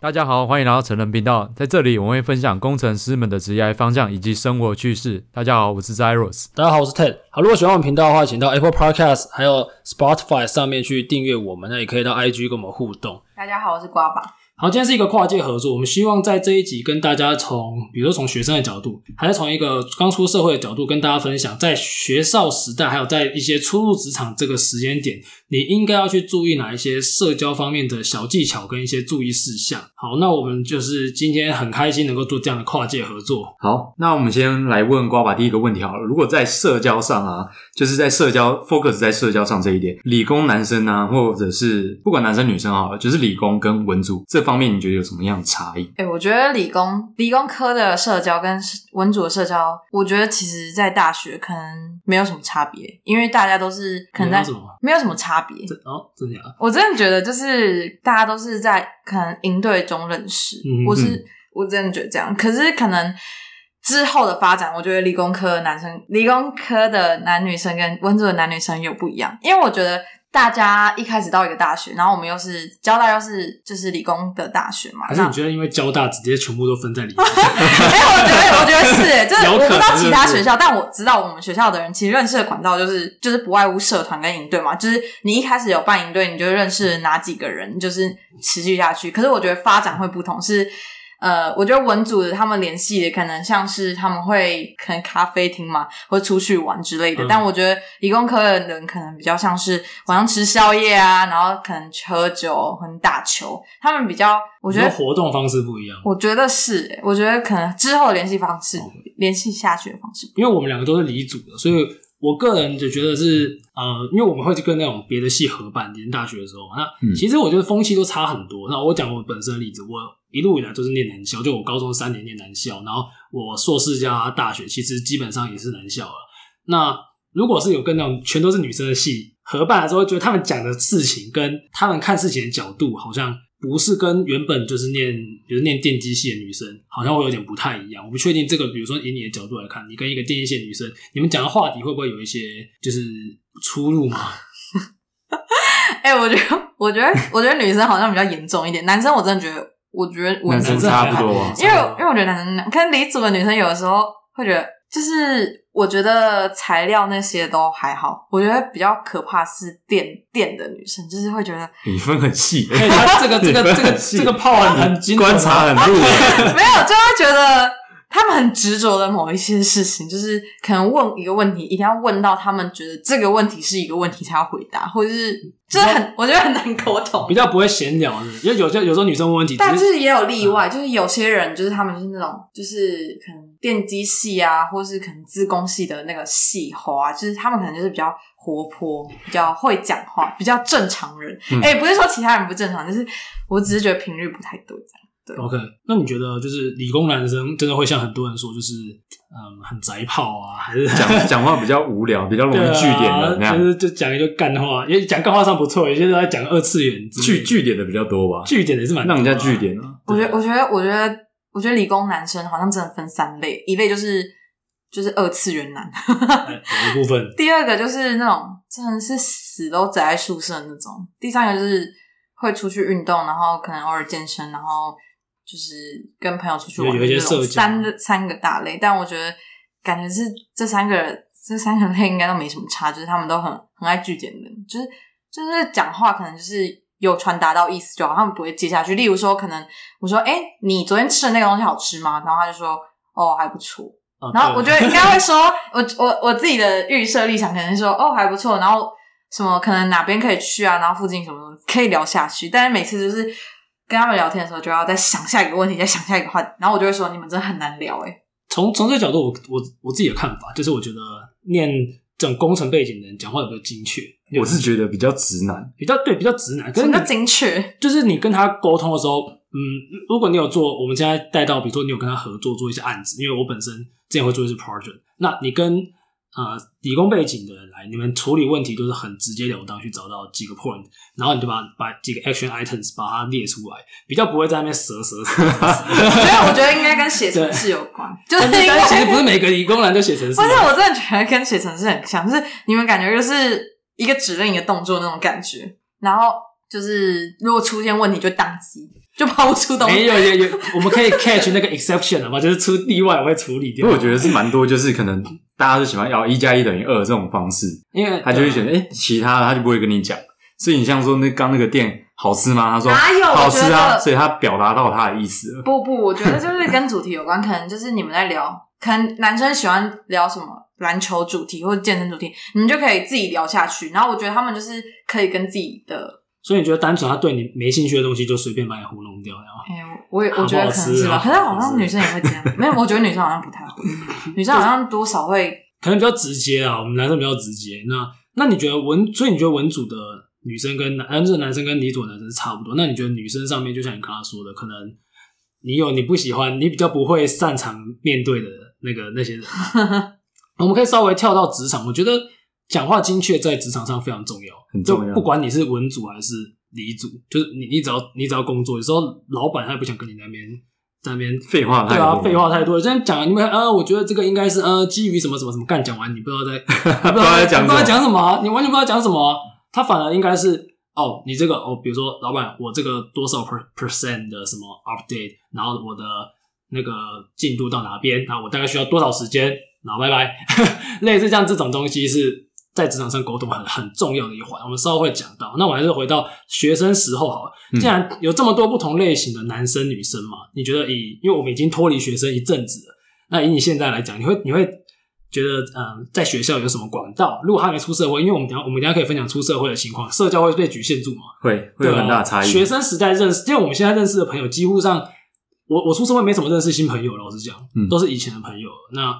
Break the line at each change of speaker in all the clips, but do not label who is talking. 大家好，欢迎来到成人频道，在这里我会分享工程师们的职业方向以及生活趣事。大家好，我是 Zeros。
大家好，我是 Ted。好，如果喜欢我们频道的话，请到 Apple Podcast 还有 Spotify 上面去订阅我们，那也可以到 IG 跟我们互动。
大家好，我是瓜爸。
好，今天是一个跨界合作，我们希望在这一集跟大家从，比如说从学生的角度，还是从一个刚出社会的角度，跟大家分享，在学校时代，还有在一些初入职场这个时间点，你应该要去注意哪一些社交方面的小技巧跟一些注意事项。好，那我们就是今天很开心能够做这样的跨界合作。
好，那我们先来问瓜爸第一个问题好了。如果在社交上啊，就是在社交 focus 在社交上这一点，理工男生啊，或者是不管男生女生好了，就是理工跟文组这方面，你觉得有什么样的差异？
哎、我觉得理工理工科的社交跟文组的社交，我觉得其实在大学可能没有什么差别，因为大家都是可能
没有
在
什么啊
没有什么差别。
这哦，真的假的？
我真的觉得就是大家都是在可能营队中认识，
嗯
我是我真的觉得这样。可是可能之后的发展，我觉得理工科的男生、理工科的男女生跟文组的男女生有不一样，因为我觉得。大家一开始到一个大学，然后我们又是交大，又是就是理工的大学嘛，
还是
那
你觉得因为交大直接全部都分在里面？
哎、我觉得，我觉得是、 欸，就是
有
我
可
不
能
知道其他
是不是
学校，但我知道我们学校的人其实认识的管道就是就是不外乎社团跟营队嘛，就是你一开始有办营队，你就认识哪几个人，就是持续下去。可是我觉得发展会不同，是呃，我觉得文组的他们联系的可能像是他们会可能咖啡厅嘛，或出去玩之类的，
嗯
但我觉得理工科的人可能比较像是晚上吃宵夜啊，然后可能喝酒、可能打球，他们比较我
我
觉得
活动方式不一样。
我觉得是、欸，我觉得可能之后的联系方式
哦
OK，
联系下去的方式。
因为我们两个都是理组的，所以我个人就觉得是呃，因为我们会去跟那种别的系合办，念大学的时候嘛，
嗯
那其实我觉得风气都差很多。那我讲我本身的例子，我一路以来都是念男校，就我高中三年念男校，然后我硕士加大学，其实基本上也是男校了。那如果是有跟那种全都是女生的戏合办的时候，会觉得他们讲的事情跟他们看事情的角度，好像不是跟原本就是念，比如念电机系的女生，好像会有点不太一样。我不确定这个，比如说以你的角度来看，你跟一个电机系的女生，你们讲的话题会不会有一些就是出入 嘛？
哎、我觉得，我觉得，我觉得女生好像比较严重一点，男生我真的觉得，我觉得我
男生
这还
差不多啊
好
因为因为我觉得男生，可能理组的女生有的时候会觉得，就是我觉得材料那些都还好，我觉得比较可怕是电电的女生，就是会觉得
你分很 细，
哎他这个这个这个这个炮很很精准啊
观察很入微。
没有，就会觉得他们很执着的某一些事情，就是可能问一个问题，一定要问到他们觉得这个问题是一个问题才要回答，或者是就是很，我觉得很难沟通
比。较不会闲聊是不是因为有些有时候女生问问题，
但
只是
是也有例外，就是有些人就是他们就是那种就是可能电机系啊，或是可能自工系的那个系花、就是他们可能就是比较活泼，比较会讲话，比较正常人。哎、
嗯
不是说其他人不正常，就是我只是觉得频率不太对。
OK。那你觉得就是理工男生真的会像很多人说，就是嗯很宅炮啊，还是
讲讲话比较无聊，比较 容
对
易
啊，
据点的那
就
样，
是就讲一堆干话，因为讲干话算不错，有些都在讲二次元之类
据
的
据点的比较多吧，
据点也是蛮
嗯让人家
多的啊
据。点啊。
我觉得，我觉得，我觉得，我觉得理工男生好像真的分三类，一类就是就是二次元男，
哎有一部分
第二个就是那种真的是死都宅在宿舍那种，第三个就是会出去运动，然后可能偶尔健身，然后就是跟朋友出去玩，
有有一些
这种
社交
三个三个大类，但我觉得感觉是这三个这三个类应该都没什么差，就是他们都很很爱聚点人，就是就是讲话可能就是。有传达到意思就好，他们不会接下去。例如说，可能我说：“哎、你昨天吃的那个东西好吃吗？”然后他就说：“哦，还不错。”
啊
然后我觉
对
得应该会说，我我我自己的预设立场可能是说，哦还不错，然后什么可能哪边可以去啊，然后附近什么可以聊下去。但是每次就是跟他们聊天的时候，就要再想下一个问题，再想下一个话题，然后我就会说你们真的很难聊哎、欸
从从这个角度我，我我自己的看法就是，我觉得念这种工程背景的人讲话比较精确，
我是觉得比较直男，
比较对比较直男，可
什
是
么
你
叫精确？
就是你跟他沟通的时候，嗯，如果你有做，我们现在带到，比如说你有跟他合作做一些案子，因为我本身之前会做一些 project，那你跟呃理工背景的人来，你们处理问题都是很直截了当去找到几个 point，然后你就把把几个 action items 把它列出来，比较不会在那边蛇蛇蛇。
所以我觉得应该跟写程式有关，就是
但
因
是但是其实
为
不是每个理工男都写程式
不是，我真的觉得跟写程式很像，就是你们感觉就是一个指令一个动作那种感觉，然后就是如果出现问题就宕机，就抛不出东
没
西。
有有有，我们可以 catch 那个 exception 了嘛，就是出例外我会处理
因
掉。
为我觉得是蛮多，就是可能大家都喜欢要一加一等于二这种方式，
因为
他就会觉
啊
得哎、诶其他的他就不会跟你讲。所以你像说那刚那个店好吃吗？他说
哪有
好吃
我觉
啊，
得
所以他表达到他的意思了。
不不，我觉得就是跟主题有关，可能就是你们在聊，可能男生喜欢聊什么篮球主题或者健身主题，你们就可以自己聊下去。然后我觉得他们就是可以跟自己的，
所以你觉得单纯他对你没兴趣的东西，就随便把你糊弄掉，然后
哎、我也我觉得可能是吧，
好不好吃啊
可是好像女生也会这样，没有，我觉得女生好像不太会，
嗯
女生好像多少会
可能比较直接啊，我们男生比较直接。那那你觉得文，所以你觉得文组的女生跟男，呃，就是男生跟理组的男生差不多？那你觉得女生上面，就像你刚刚说的，可能你有你不喜欢，你比较不会擅长面对的那个那些人。我们可以稍微跳到职场，我觉得讲话精确在职场上非常重要，
很重要
就不管你是文组还是理组，就是你你只要你只要工作，有时候老板他也不想跟你那边在那边
废话太
对
多了，
啊，废话太多了。真的讲你们呃，我觉得这个应该是呃，基于什么什么什么干，讲完你不知道在 你
不知道在讲
你
什
不
么
知道讲什么啊，你完全不知道讲什么啊。他反而应该是哦，你这个哦，比如说老板，我这个多少 per percent 的什么 update，然后我的那个进度到哪边，然后我大概需要多少时间，然后拜拜。 类似像这种东西是在职场上沟通很很重要的一环，我们稍后会讲到。那我还是回到学生时候好了。
嗯
既然有这么多不同类型的男生女生嘛，你觉得以因为我们已经脱离学生一阵子了，那以你现在来讲，你会你会觉得嗯，在学校有什么管道？如果他没出社会，因为我们等一下我们等一下可以分享出社会的情况，社交会被局限住嘛？
会会有很大的差异。
对啊学生时代认识，因为我们现在认识的朋友，几乎上我我出社会没怎么认识新朋友了，老实讲，
嗯
都是以前的朋友。那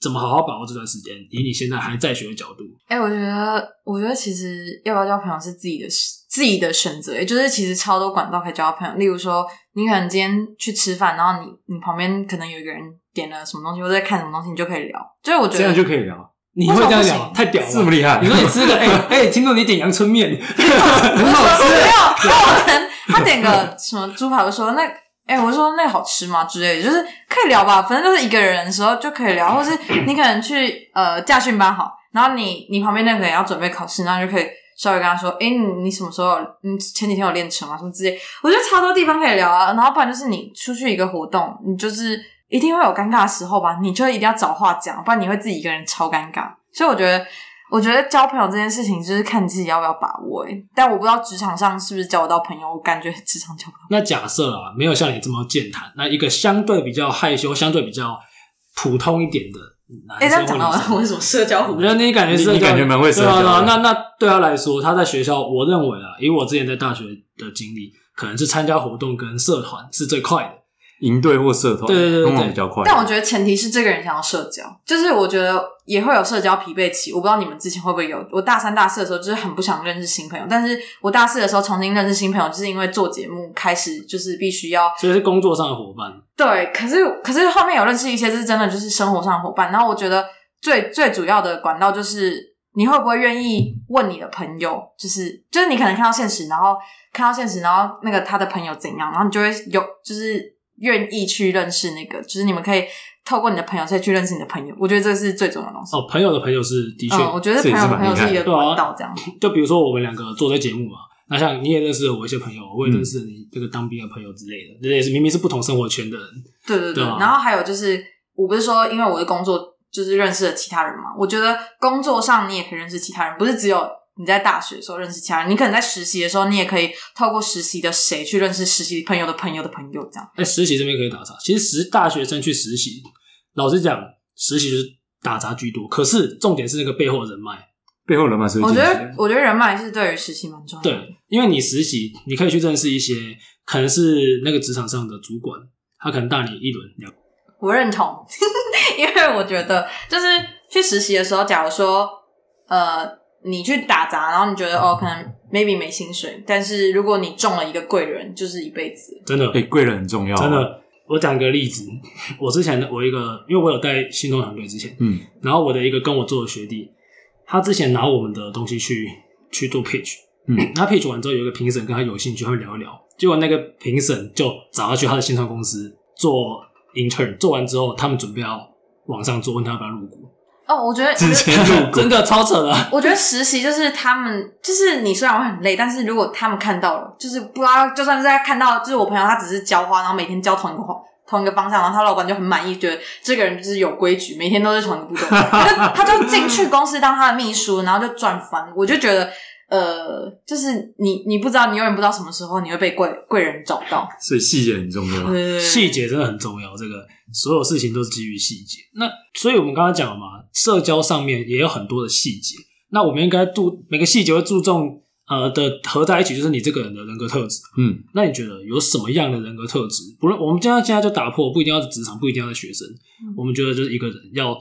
怎么好好把握这段时间？以你现在还在学的角度，
哎、我觉得，我觉得其实要不要交朋友是自己的事自己的选择，也就是其实超多管道可以交到朋友。例如说，你可能今天去吃饭，然后你你旁边可能有一个人点了什么东西，或者在看什么东西，你就可以聊。就是我觉
这
得
样就可以聊，
你
为
会
什么
这样
不
聊，
行
太屌了！
这么厉害
你说你吃个哎哎、听说你点阳春面，
很好吃，没有， 那我可能他点个什么猪排，我说那哎、我说那个好吃吗之类的，就是可以聊吧，反正就是一个人的时候就可以聊，或是你可能去呃驾训班好，然后你你旁边那个人要准备考试，然后就可以。稍微跟他说，哎、你你什么时候？你前几天有练成吗？什么之类，我觉得超多地方可以聊啊。然后不然就是你出去一个活动，你就是一定会有尴尬的时候吧，你就一定要找话讲，不然你会自己一个人超尴尬。所以我觉得，我觉得交朋友这件事情就是看你自己要不要把握、欸。但我不知道职场上是不是交得到朋友，我感觉职场交不到。
那假设啊，没有像你这么健谈，那一个相对比较害羞、相对比较普通一点的
哎、
男
欸，这样
生或
讲到
女生，
我为什么社交
我
虎
觉？得你感觉是
你你感觉蛮会社交的
对啊对啊那那对他来说，他在学校，我认为啊，以我之前在大学的经历，可能是参加活动跟社团是最快的。
营队或社团，
对对对对
通常比较快。
但我觉得前提是这个人想要社交，就是我觉得也会有社交疲惫期。我不知道你们之前会不会有。我大三、大四的时候就是很不想认识新朋友，但是我大四的时候重新认识新朋友，就是因为做节目开始，就是必须要
所以是工作上的伙伴，
对，可是可是后面有认识一些是真的就是生活上的伙伴，然后我觉得最最主要的管道就是你会不会愿意问你的朋友，就是就是你可能看到现实，然后看到现实，然后那个他的朋友怎样，然后你就会有就是愿意去认识那个，就是你们可以透过你的朋友再去认识你的朋友，我觉得这是最重要的东西。
哦，朋友的朋友是的确，
嗯，我觉得
这
朋
也
友
是
的
蛮
朋友
厉害
是一个
的对啊
管道，这样。
就比如说我们两个做这节目嘛，那像你也认识我一些朋友，我也认识你这个当兵的朋友之类的，这也是明明是不同生活圈的人，
对对
对
对，
啊
然后还有就是，我不是说因为我的工作就是认识了其他人嘛，我觉得工作上你也可以认识其他人，不是只有你在大学的时候认识其他人，你可能在实习的时候，你也可以透过实习的谁去认识实习朋友的朋友的朋友，这样。
哎、实习这边可以打杂。其实实大学生去实习，老实讲，实习就是打杂居多。可是重点是那个背后的人脉，
背后人脉是会
我
进
觉得
行，
我觉得人脉是对于实习蛮重要的。
对，因为你实习，你可以去认识一些可能是那个职场上的主管，他可能大你一轮两。
我认同，因为我觉得就是去实习的时候，假如说呃你去打杂，然后你觉得哦可能 maybe 没薪水，但是如果你中了一个贵人，就是一辈子。
真的，
哎，贵人很重要，
真。的。我讲一个例子，我之前的我一个，因为我有带新东团队之前，
嗯，
然后我的一个跟我做的学弟，他之前拿我们的东西去去做 pitch，
嗯，
他 pitch 完之后有一个评审跟他有兴趣，他们聊一聊，结果那个评审就找他去他的新创公司做 intern，做完之后他们准备要往上做，问他要不要入股，
哦，我觉得，我觉
之
得
前入股
真的超扯的。
我觉得实习就是他们，就是你虽然会很累，但是如果他们看到了，就是不知道，就算是在看到，就是我朋友他只是浇花，然后每天浇同一个花。同一个方向，然后他老板就很满意，觉得这个人就是有规矩，每天都是同一个步骤，他就他就进去公司当他的秘书，然后就赚翻。我就觉得，呃，就是你你不知道，你永远不知道什么时候你会被贵贵人找到。
所以细节很重要。
对
细，节真的很重要，这个所有事情都是基于细节。那所以我们刚刚讲了嘛，社交上面也有很多的细节。那我们应该注每个细节会注重呃的合在一起，就是你这个人的人格特质。
嗯，
那你觉得有什么样的人格特质？不论我们现在现在就打破，不一定要是职场，不一定要是学生。
嗯
我们觉得就是一个人要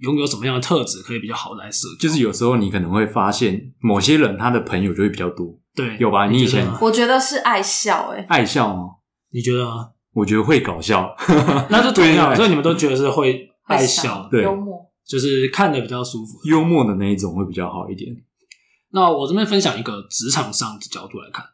拥有什么样的特质，可以比较好的来社交，
就是有时候你可能会发现，某些人他的朋友就会比较多，
对啊
有吧你以前
觉得呢
我觉得是爱笑、欸，
爱笑吗？
你觉得呢？
我觉得会搞笑，
那就同样，
对
所以你们都觉得是会
会
爱
笑
笑，
对
幽默，
就是看的比较舒服。
幽默的那一种会比较好一点。
那我这边分享一个职场上的角度来看，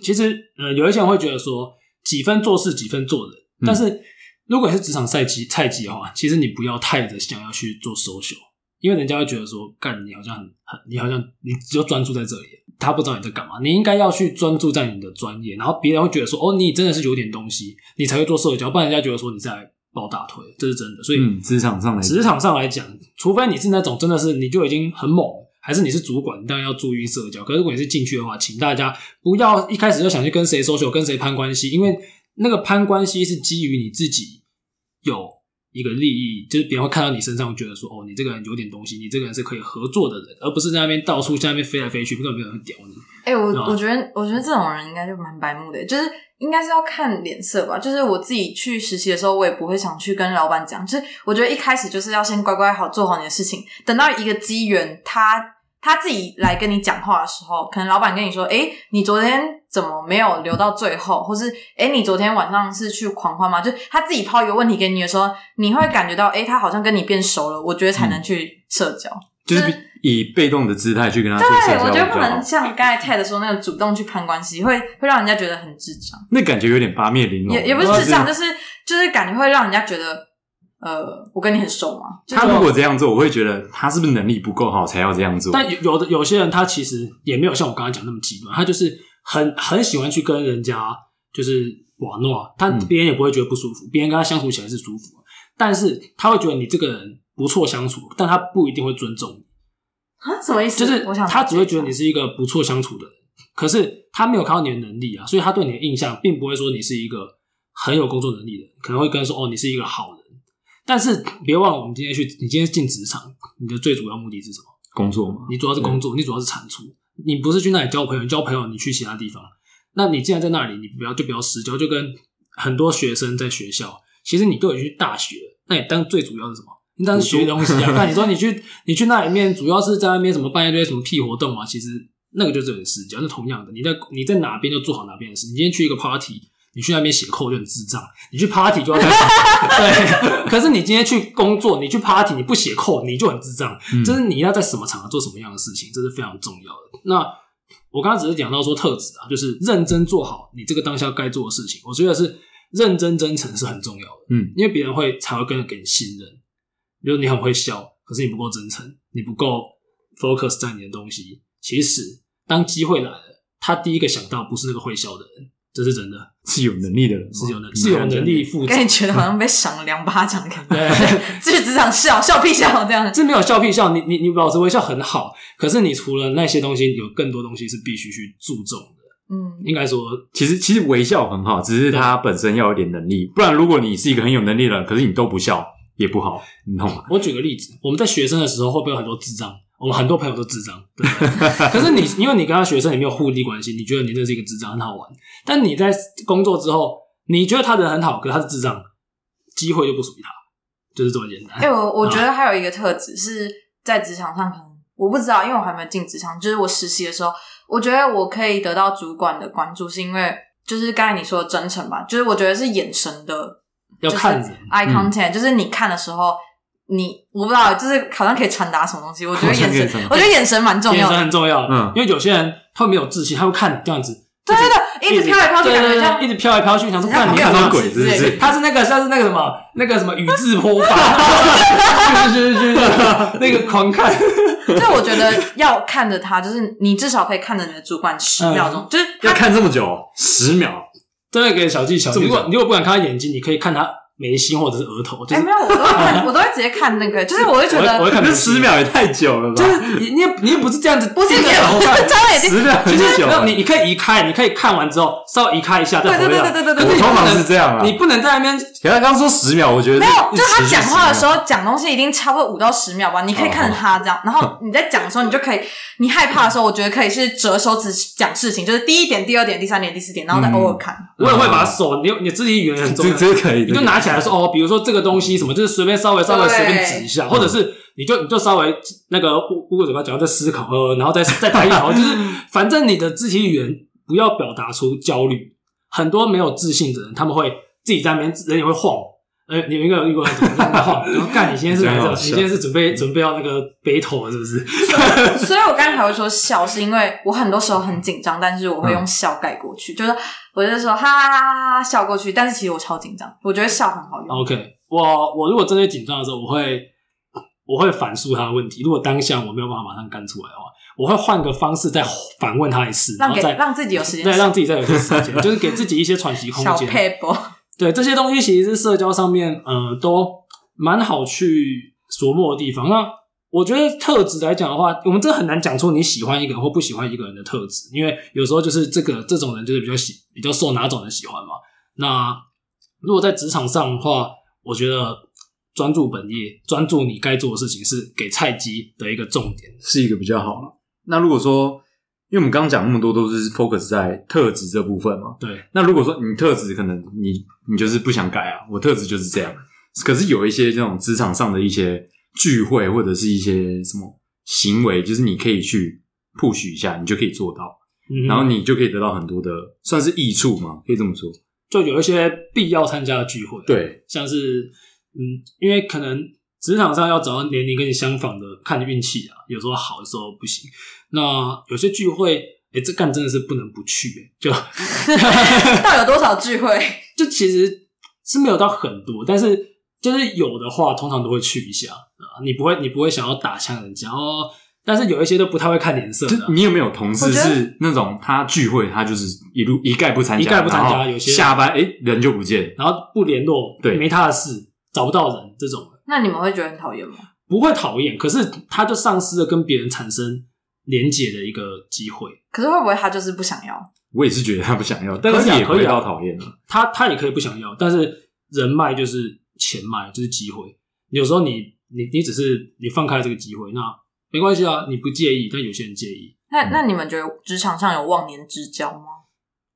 其实呃，有一些人会觉得说几分做事几分做人，
嗯
但是如果你是职场菜鸡菜鸡的话，其实你不要太的想要去做 social，因为人家会觉得说，干你好像很很，你好像你只有专注在这里，他不知道你在干嘛，你应该要去专注在你的专业，然后别人会觉得说，哦，你真的是有点东西，你才会做社交，不然人家觉得说你在抱大腿，这是真的，所以。
嗯，职场上来
职场上来讲，除非你是那种真的是你就已经很猛了，还是你是主管，你当然要注意社交。可是如果你是进去的话，请大家不要一开始就想去跟谁 social，跟谁攀关系，因为那个攀关系是基于你自己有一个利益，就是别人会看到你身上，觉得说哦，你这个人有点东西，你这个人是可以合作的人，而不是在那边到处在那边飞来飞去，根本没有人会屌你。
哎、我
对啊
我觉得，我觉得这种人应该就蛮白目的，就是应该是要看脸色吧。就是我自己去实习的时候，我也不会想去跟老板讲，就是我觉得一开始就是要先乖乖好做好你的事情，等到一个机缘，他他自己来跟你讲话的时候，可能老板跟你说：“哎、你昨天怎么没有留到最后？”或是“哎、你昨天晚上是去狂欢吗？”就是他自己抛一个问题给你的时候，你会感觉到，哎、他好像跟你变熟了，我觉得才能去社交。
就是比以被动的姿态去跟他做社
对，
交，
我觉得不
比较好
能像刚才 Ted 说那个主动去攀关系，会会让人家觉得很智障，
那感觉有点八面玲珑。
也也不是智障，
就
就是就是感觉会让人家觉得，呃，我跟你很熟嘛。就是
他如果这样做，我会觉得他是不是能力不够好才要这样做？
但有有的有些人他其实也没有像我刚刚讲那么极端，他就是很很喜欢去跟人家就是玩闹，啊他
嗯
别人也不会觉得不舒服，别人跟他相处起来是舒服的，但是他会觉得你这个人不错相处，但他不一定会尊重你，
啊，什么意思？
就是
我想
他只会觉得你 是一个不错相处的人，可是他没有看到你的能力啊，所以他对你的印象并不会说你是一个很有工作能力的人，可能会跟他说哦你是一个好人，但是别忘了我们今天去，你今天进职场，你的最主要目的是什么？
工作嘛，
你主要是工作，你主要是产出，你不是去那里交朋友，你交朋友你去其他地方。那你既然在那里，你不要就不要私交，就跟很多学生在学校，其实你都有去大学，那你当最主要是什么？你当然是学东西啊。 那你说你去你去那里面，主要是在那边什么办一堆什么屁活动啊，其实那个就是有点私交。那同样的，你在你在哪边就做好哪边的事。你今天去一个 party，你去那边写扣就很智障，你去 party 就要干嘛 对。可是你今天去工作，你去 party 你不写扣，你就很智障。
嗯
就是你要在什么场合做什么样的事情，这是非常重要的。那我刚刚只是讲到说特质啊，就是认真做好你这个当下该做的事情。我觉得是认真真诚是很重要的，
嗯，
因为别人会才会跟给你信任。比如你很会笑，可是你不够真诚，你不够 focus 在你的东西。其实当机会来了，他第一个想到不是那个会笑的人，这是真的，
是有能力的人吗，
是有能
嗯
是有能力负责
感。觉觉得好像被赏了两巴掌，感
对
觉 去职场笑笑屁笑这样。
这没有笑屁笑，你你你保持微笑很好，可是你除了那些东西，有更多东西是必须去注重的。
嗯，
应该说，
其实其实微笑很好，只是他本身要有点能力，不然如果你是一个很有能力的人，可是你都不笑也不好，你懂吗？
我举个例子，我们在学生的时候会不会有很多智障？我们很多朋友都智障，对不对可是你因为你跟他学生也没有互利关系，你觉得你认识一个智障很好玩，但你在工作之后，你觉得他人很好，可是他是智障，机会就不属于他，就是这么简单。
哎、我我觉得还有一个特质是在职场上，可能我不知道，因为我还没有进职场，就是我实习的时候，我觉得我可以得到主管的关注，是因为就是刚才你说的真诚吧，就是我觉得是眼神的，
要看人
就是 eye contact，、就是你看的时候。你我不知道，就是好像可以传达什么东西。我觉得
好像
眼
可以
神
传，达
我觉得眼神蛮重
眼
要
神
的。
很重要，
嗯
因为有些人他会没有自信，他会看你这样子，
对对对，一直飘来飘去，
对
感
对
觉
对
像
一直飘来飘去，想说
很像
看你
看
干
到
嘛
鬼是不
之类的
是？
他是那个，他是那个什么，那个什么宇智波法， 是是是是，那个狂看，
所以我觉得要看着他，就是你至少可以看着你的主管十秒钟，就是
要
他
看这么久，十秒，
真的给小技巧。
这么
如果
讲
你如果不敢看他眼睛，你可以看他眉心或者是额头，就
哎、
是
没有，我都会看，我都会直接看那个，就是我会觉
我会我
得
会看
这
眉
十
心，
秒也太久了
啊就
吧？
是你你也你也不是这样子，
不是
盯着然后
不是
看。
张眼睛，
十秒很
就是
久
没，有你，你可以移开，你可以看完之后稍微移开一下再回
对对对对
来。
对对对
我
对
通。常是这样啊。
你不能在那边
可他刚说十秒，我觉得
没有，就他讲话的时
候，
候讲东西一定差不多五到十秒吧，你
哦
可以看着他这样，然后你在讲的时候，你就可以，你害怕的时候，我觉得可以是折手指讲事情，就是第一点、第二点、第三点、第四点，然后再
嗯
偶尔看。
我也会把手，你你肢体语言很重
这
要，
这可以，
你就拿起来说哦，比如说这个东西什么，就是随便稍微稍微
对
随便指一下，或者是你就你就稍微那个捂捂着嘴巴，然后再思考，呃，然后再再打一条，就是反正你的肢体语言不要表达出焦虑。很多没有自信的人，他们会自己在那边人也会晃。呃，你有一个有一个人怎么在那边晃，然后干，你今天是来
真
这，
好
你
笑
今天是准备准备要那个 battle 了是不是？
所以我刚才才会说笑，是因为我很多时候很紧张，但是我会
嗯
用笑盖过去，就是我就说哈哈哈哈哈笑过去，但是其实我超紧张，我觉得笑很好用。
OK，我我如果真的紧张的时候，我会我会反诉他的问题。如果当下我没有办法马上干出来的话，我会换个方式再反问他一次，然
让
后
给
再
让自己有时间
对，让自己再有些时 间，就是给自己一些喘息空
小
间。
paper，
对，这些东西其实是社交上面，呃，都蛮好去琢磨的地方。那我觉得特质来讲的话，我们真的很难讲出你喜欢一个人或不喜欢一个人的特质，因为有时候就是这个这种人就是比较喜比较受哪种人喜欢嘛。那如果在职场上的话，我觉得专注本业，专注你该做的事情，是给菜鸡的一个重点。
是一个比较好了。那如果说，因为我们刚刚讲那么多都是 focus 在特质这部分嘛，
对，
那如果说你特质可能你你就是不想改啊，我特质就是这样，可是有一些这种职场上的一些聚会或者是一些什么行为，就是你可以去 push 一下，你就可以做到，
嗯
然后你就可以得到很多的算是益处嘛，可以这么说。
就有一些必要参加的聚会，
对，
像是嗯，因为可能职场上要找到年龄跟你相仿的，看运气啊，有时候好，有时候不行。那有些聚会，哎、这干真的是不能不去、诶就
到底有多少聚会？
就其实是没有到很多，但是就是有的话，通常都会去一下啊，你不会你不会想要打向人家哦，但是有一些都不太会看脸色的啊、
就你有没有同
我
事
觉得
是那种他聚会，他就是一路一概不参加，
一概不参加
然后
有些
下班哎、诶人就不见了，
然后不联络，
对
没他的事，找不到人这种的。
那你们会觉得很讨厌吗？
不会讨厌，可是他就丧失了跟别人产生连结的一个机会。
可是会不会他就是不想要？
我也是觉得他不想要，但
可以啊
是也
可以
回
啊
到讨厌了。
他他也可以不想要，但是人脉就是钱脉，就是机会。有时候你你你只是你放开这个机会，那没关系啊，你不介意，但有些人介意，
那那你们觉得职场上有忘年之交吗？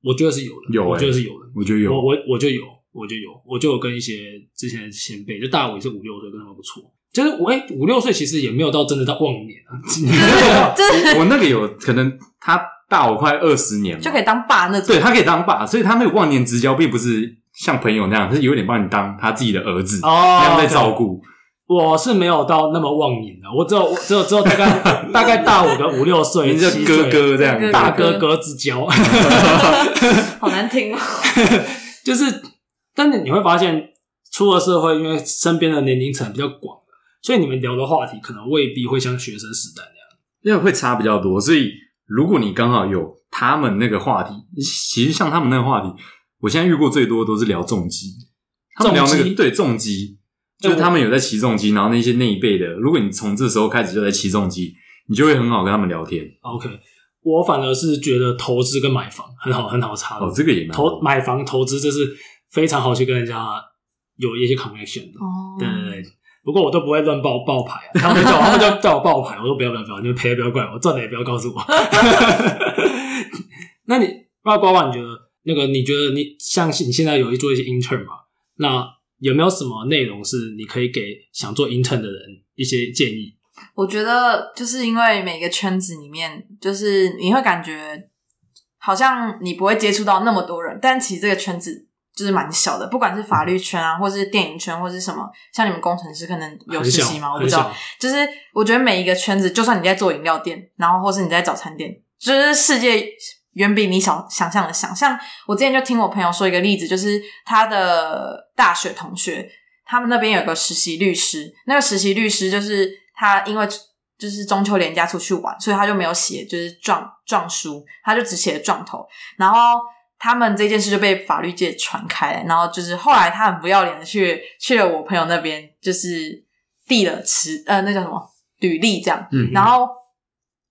我觉得是有的，
有欸
我觉得是有的，
我觉得有
我我我就有，我就有，我就有跟一些之前的前辈，就大我也是五六岁，跟他们不错。其实我哎五六岁其实也没有到真的到忘年啊，
就是
我那个有可能他大我快二十年嘛，
就可以当爸那种
对，他可以当爸，所以他那个忘年之交并不是像朋友那样，是有点把你当他自己的儿子
哦
那样在照顾。
我是没有到那么忘年的，我只有我只有只有大概大概大我个五六岁，
人家
七
哥
岁
哥这样，
哥
大哥哥之交，
好难听哦。
就是，但是你会发现出了社会，因为身边的年龄层比较广，所以你们聊的话题可能未必会像学生时代那样。
因为会差比较多，所以如果你刚好有他们那个话题，其实像他们那个话题，我现在遇过最多都是聊重机，他们聊那
重
个
机
对重机，
对
就是他们有在骑重机，然后那些那一辈的，如果你从这时候开始就在骑重机，你就会很好跟他们聊
嗯
天。
OK，我反而是觉得投资跟买房很好很好差的，
哦，这个也蛮
投
好
买房投资这是非常好去跟人家有一些 connection 的。
哦
对对对。不过我都不会乱爆爆牌、啊他们就叫 我他们就叫我爆牌，我说不要不要不要，你们赔不要怪我，赚的也不要告诉我。 那你那瓜瓜，你觉得那个你觉得你像是你现在有做一些 intern 嘛？那有没有什么内容是你可以给想做 intern 的人一些建议？
我觉得就是因为每个圈子里面，就是你会感觉好像你不会接触到那么多人，但其实这个圈子就是蛮小的，不管是法律圈啊，或是电影圈，或是什么，像你们工程师可能有
很
实
小
习吗？我不
很
知
小
道。就是我觉得每一个圈子，就算你在做饮料店，然后或是你在早餐店，就是世界远比你想想象的想。像我之前就听我朋友说一个例子，就是他的大学同学，他们那边有个实习律师，那个实习律师就是他因为就是中秋连假出去玩，所以他就没有写就是状状书，他就只写了状头，然后。他们这件事就被法律界传开来，然后就是后来他很不要脸的去去了我朋友那边，就是递了辞呃那叫什么履历这样，
嗯
然后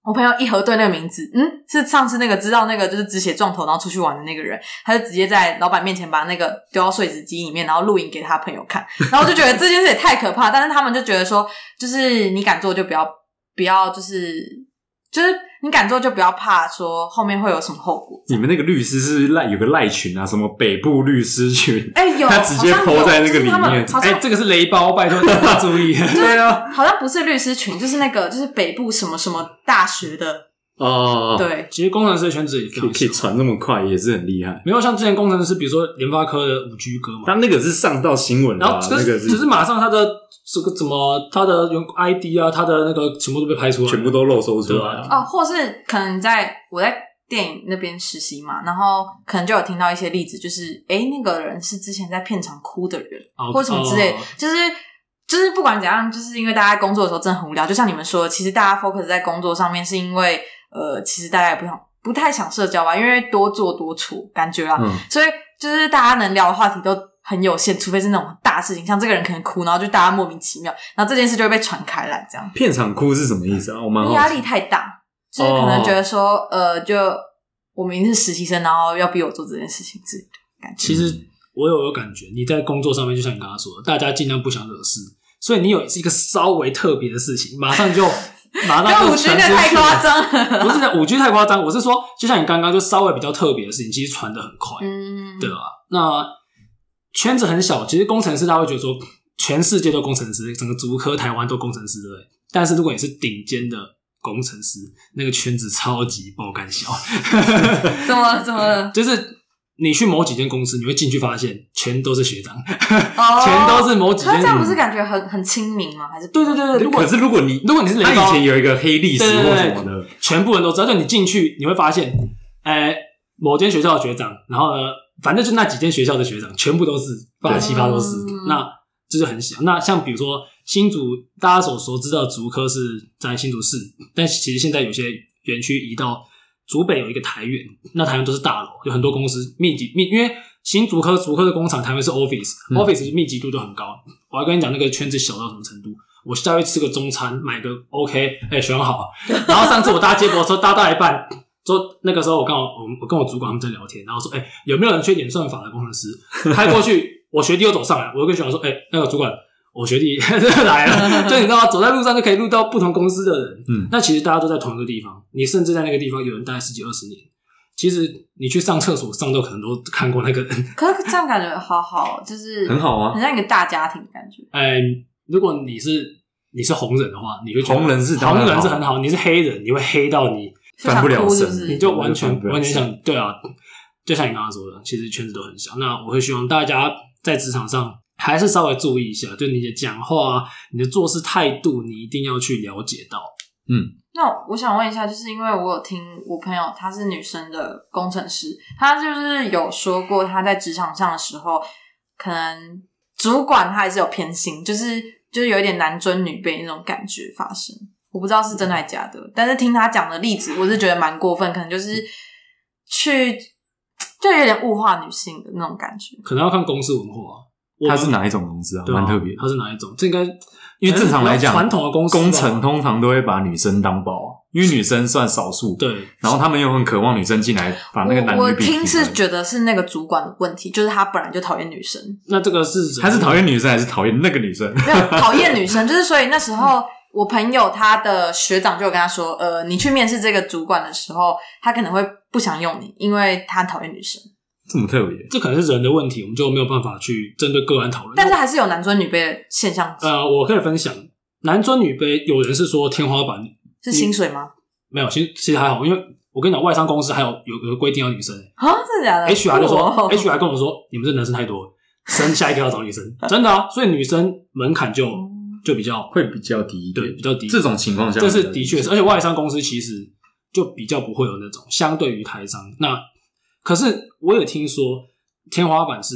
我朋友一核对那个名字，嗯，是上次那个知道那个就是只写撞头然后出去玩的那个人，他就直接在老板面前把那个丢到碎纸机里面，然后录影给他朋友看，然后我就觉得这件事也太可怕，但是他们就觉得说，就是你敢做就不要不要就是就是你敢做就不要怕说后面会有什么后果。
你们那个律师是赖有个赖群啊，什么北部律师群，
哎、有，
他直接
好像有
po 在那个里面
就是他们好
哎、
像、
这个是雷包，拜托大家 注意。
对啊，
好像不是律师群，就是那个就是北部什么什么大学的，
哦，，
对，
其实工程师的圈子也非
可以
常
可以
小，
传那么快也是很厉害。
没有像之前工程师，比如说联发科的五 G 歌嘛，
但那个是上到新闻了
然
啊
后，这
那个
就是马上他的这个怎么他的用 ID 啊，他的那个全部都被拍出来，
全部都漏搜出
对
来
啊
了。
哦，或是可能在我在电影那边实习嘛，然后可能就有听到一些例子，就是哎、诶那个人是之前在片场哭的人，
哦
或什么之类，
哦
就是。就是不管怎样，就是因为大家工作的时候真的很无聊，就像你们说的，其实大家 focus 在工作上面，是因为呃，其实大家也不想不太想社交吧，啊因为多做多错，感觉啊，
嗯，
所以就是大家能聊的话题都很有限，除非是那种大事情，像这个人可能哭，然后就大家莫名其妙，然后这件事就会被传开来，这样
片场哭是什么意思啊？我蛮好奇
压力太大，就是可能觉得说，呃，就我明明是实习生，然后要逼我做这件事情之类的感觉。
其实我有有感觉，你在工作上面，就像你刚刚说的，大家尽量不想惹事，所以你有一个稍微特别的事情，马 上就马上
跟
就
五 G
传
那
出去了
太夸。张了，
不是的，五 G 太夸张，我是说，就像你刚刚就稍微比较特别的事情，其实传的很快，
嗯，
对啊。那圈子很小，其实工程师他会觉得说，全世界都工程师，整个竹科台湾都工程师，对不对？但是如果你是顶尖的工程师，那个圈子超级爆干小，
怎么了怎么了？
就是你去某几间公司，你会进去发现全都是学长，
哦，
全都是某几
可
间。
是这样不是感觉很很亲民吗？还是
对对对对，如果
可是如果你
如果你是雷
他以
包，
前有一个黑历史
对对
或
对
什么的，
全部人都知道，就你进去你会发现，哎、某间学校的学长，然后呢，反正就那几间学校的学长，全部都是八
对
七八都是
嗯，
那这就很小。那像比如说新竹，大家所熟知道的竹科是在新竹市，但其实现在有些园区移到竹北有一个台园，那台园都是大楼，有很多公司密集密，因为新竹科竹科的工厂台园是 office，office、
嗯
office 密集度就很高。我还跟你讲那个圈子小到什么程度。我下去吃个中餐，买个 OK，哎、选好。然后上次我搭接驳车搭到一半，说那个时候我刚好我我跟我主管他们在聊天，然后说，哎、有没有人缺演算法的工程师？开过去， 我学弟又走上来，我又跟学长说，哎、那个主管，我学弟 来了，就 你知道吗？走在路上就可以录到不同公司的人。
嗯
那其实大家都在同一个地方，你甚至在那个地方有人待十几二十年。其实你去上厕所上都可能都看过那个人。
可是这样感觉好好，就是
很好啊
很像一个大家庭的感觉。
哎，如果你是你是红人的话，你就觉得
红人是当
红
然
人是
好
很好，你是黑人，你会黑到你
就想
翻不了
哭是
身
不是？
你就
对
完全
对对
完全想对啊，就像你刚刚说的，其实圈子都很小。那我会希望大家在职场上还是稍微注意一下，就你的讲话啊、你的做事态度，你一定要去了解到。
那我想问一下，就是因为我有听我朋友，她是女生的工程师，她就是有说过，她在职场上的时候，可能主管他还是有偏心，就是就是有一点男尊女卑那种感觉发生。我不知道是真的还是假的，但是听她讲的例子，我是觉得蛮过分，可能就是去就有点物化女性的那种感觉。
可能要看公司文化啊，我
他
们
是哪一种公司啊？
对啊
蛮特别的，
他是哪一种？这应该
因为正常来讲，
传统的公司吧
工程通常都会把女生当宝啊，因为女生算少数。，
对，
然后他们又很渴望女生进来，把那个男
我我
女比平
听是
衡。
觉得是那个主管的问题，就是他本来就讨厌女生，
那这个是
他是讨厌女生还是讨厌那个女生？
没有讨厌女生， 就是所以那时候我朋友他的学长就有跟他说，呃，你去面试这个主管的时候，他可能会不想用你，因为他讨厌女生，
这么特别？
这可能是人的问题，我们就没有办法去针对个案讨论。
但是还是有男尊女卑的现象，
呃，我可以分享男尊女卑，有人是说天花板
是薪水吗？
没有，其实其实还好，因为我跟你讲，外商公司还有有有规定要女生、欸
啊，真的假的
HR 就说、
哦
HR 跟我说，你们这男生太多了，生下一个要找女生，真的啊，所以女生门槛就
嗯
就比较
会比较低一点
对比较低，
这种情况下，
这是的确是，而且外商公司其实就比较不会有那种相对于台商。那可是我也听说天花板是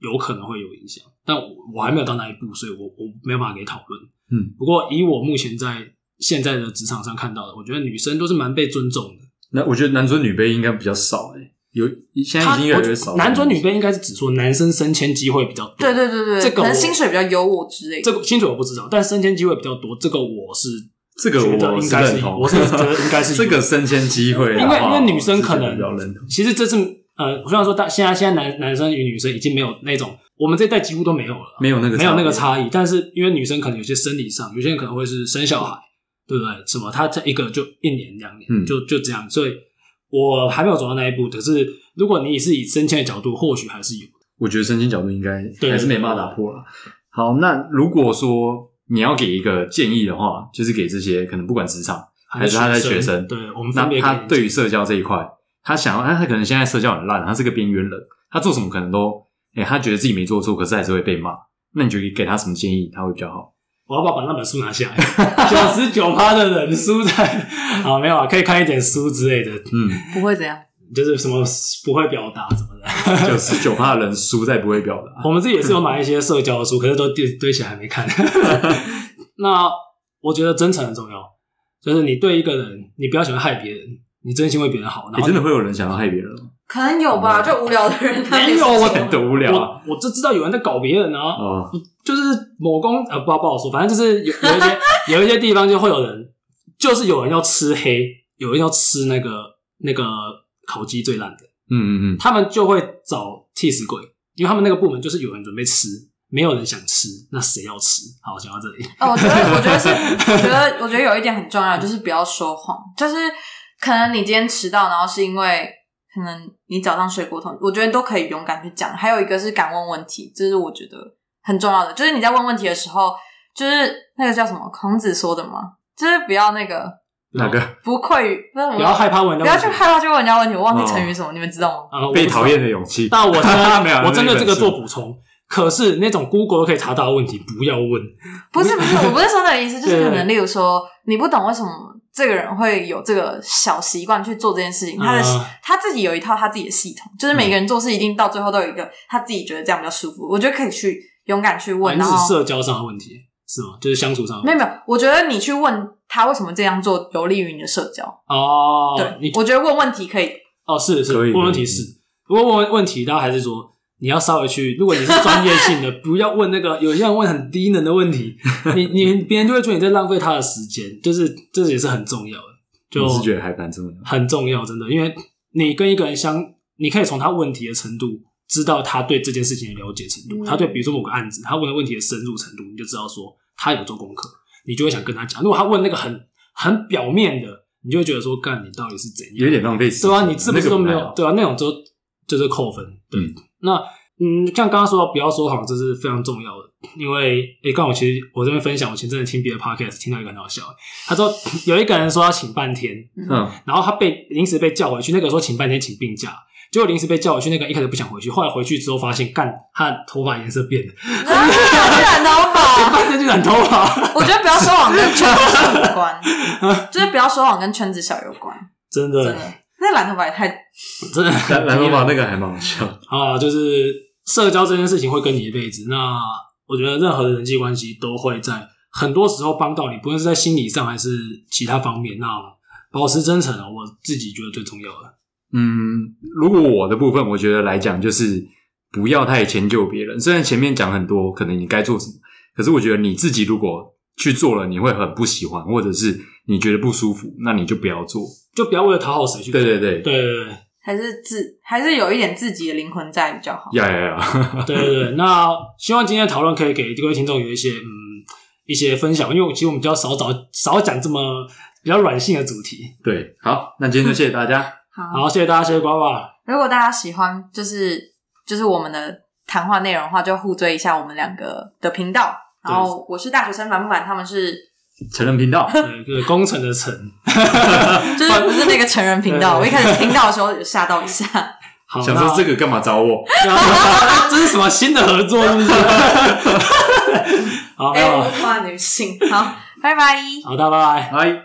有可能会有影响，但我我还没有到那一步，所以我我没有办法给讨论。
嗯，
不过以我目前在现在的职场上看到的，我觉得女生都是蛮被尊重的。
那我觉得男尊女卑应该比较少诶、有现在
他
已经越来越少
我男尊女卑应该是指说男生升迁机会比较多。
对对对对，
这个
可能
我
薪水比较优渥之类的。
这个薪水我不知道，但升迁机会比较多，这个我是
这个
觉得
我
应
是
该是
认同，
我是觉得应该是
这个升迁机会的
因
话，
为因为女生可
啊我是觉得
能
比较认同，
其实这次呃，我想说大现在现在男男生与女生已经没有那种我们这一代几乎都没有了，
没有那个
没有那个
嗯别
差异。但是因为女生可能有些生理上，有些人可能会是生小孩，对不对？什么，她这一个就一年两年，
嗯
就就这样。所以我还没有走到那一步。可是如果你是以升迁的角度，或许还是有的。
我觉得升迁角度应该
对
还是没办法打破了。好，那如果说你要给一个建议的话，就是给这些可能不管职场还是他在学生，
对我们分别给
那他
你
对于社交这一块，他想要，他他可能现在社交很烂，他是个边缘人，他做什么可能都，哎、他觉得自己没做错，可是还是会被骂。那你觉得给他什么建议，他会比较好？
我要不要把那本书拿下来？ 九十九趴的人输在啊，没有啊，可以看一点书之类的，
嗯，
不会怎样，
就是什么不会表达什么的。
九十九趴的人输在不会表达。
我们自己也是有买一些社交的书，可是都堆堆起来还没看。 那我觉得真诚很重要，就是你对一个人，你不要喜欢害别人，你真心为别人好。然后
你、欸真的会有人想要害别人吗？
可能有吧，就无聊的人他
没有我
太多无聊啊！
我我就知道有人在搞别人啊，
哦，
就是某公呃不好不好说，反正就是有有一 些有一些地方就会有人，就是有人要吃黑，有人要吃那个那个烤鸡最烂的，
嗯嗯嗯，
他们就会找替死鬼，因为他们那个部门就是有人准备吃，没有人想吃，那谁要吃？好，讲到这里。
哦，我觉得，我觉得是，我觉得，我觉得有一点很重要，就是不要说谎。就是可能你今天迟到，然后是因为可能你早上睡过头，我觉得都可以勇敢去讲。还有一个是敢问问题，这是我觉得很重要的。就是你在问问题的时候，就是那个叫什么孔子说的嘛，就是不要那个
哪个
不愧于，那什么
不要害怕问人
不
家
要
问
去
题，嗯
害怕去问人家问题。我忘记成语什么，你们知道吗？
啊
被讨厌。的勇气？
但我真的
没有
我针对这个做
那
补充。可是那种 Google 都可以查到的问题，不要问。
不是不 是，我不是说那个意思，就是
对
可能例如说，你不懂为什么这个人会有这个小习惯去做这件事情，他的、
啊
他自己有一套他自己的系统，就是每个人做事一定到最后都有一个他自己觉得这样比较舒服。我觉得可以去勇敢去问，
你
然
是
后
社交上的问题是吗？就是相处上的
没
问
有
题
没有，我觉得你去问他为什么这样做有利于你的社交。
哦，
对
你，
我觉得问问 题可以，
哦是是
可以嗯
问问题是，不过问问题，大家还是说你要稍微去，如果你是专业性 的，不要问那个有些人问很低能的问题，你你别人就会觉得你在浪费他的时间，就是这也是很重要的。就
我是觉得还蛮重要的。
很重要，真的，因为你跟一个人相，你可以从他问题的程度知道他对这件事情的了解程度，
嗯
他对比如说某个案子，他问的问题的深入程度，你就知道说他有做功课，你就会想跟他讲。如果他问那个很很表面的，你就会觉得说，干你到底是怎样？
有点浪费时间，
对啊，你是不是都没
那
有？
个不太哦好
对啊，那种就就是扣分。对，
嗯
那嗯，像刚刚说到不要说谎，这是非常重要的，因为诶，刚、好我其实我这边分享，我前阵子听别的 podcast 听到一个很好笑的，他说有一个人说要请半天，
嗯，
然后他被临时被叫回去，那个时候请半天请病假，结果临时被叫回去，那个一开始不想回去，后来回去之后发现，干他的头发颜色变了，
啊染头发。
半天就染头发，
我觉得不要说谎跟圈子小有关，就是不要说谎跟圈子小有关，
真
真的
的。
那蓝头发也太
真的
蓝蓝头发那个还蛮好笑。
啊，就是社交这件事情会跟你一辈子。那我觉得任何的人际关系都会在很多时候帮到你，不论是在心理上还是其他方面。那保持真诚啊，我自己觉得最重要的。
嗯，如果我的部分，我觉得来讲就是不要太迁就别人。虽然前面讲很多，可能你该做什么，可是我觉得你自己如果去做了，你会很不喜欢，或者是你觉得不舒服，那你就不要做。
就不要为了讨好谁去
对对对，
对对对，
还是自还是有一点自己的灵魂在比较 好。
呀呀呀，
对对对，那希望今天的讨论可以给各位听众有一些嗯一些分享，因为其实我们比较少找少讲这么比较软性的主题。
对，好，那今天就谢谢大家，
好，谢谢大家，谢谢呱呱，
如果大家喜欢就是就是我们的谈话内容的话，就互追一下我们两个的频道。
对
然后我是大学生烦不烦？他 们是
成人频道，
对，就是工程的程。
就是不是那个成人频道？
对
我一开始听到的时候有吓到一下。
好，
想说
那
这个干嘛找我？
这是什么新的合作？是不是？ 好，没
哎，
有啊
物化女性。好，拜拜。
好，大家拜拜。
哎。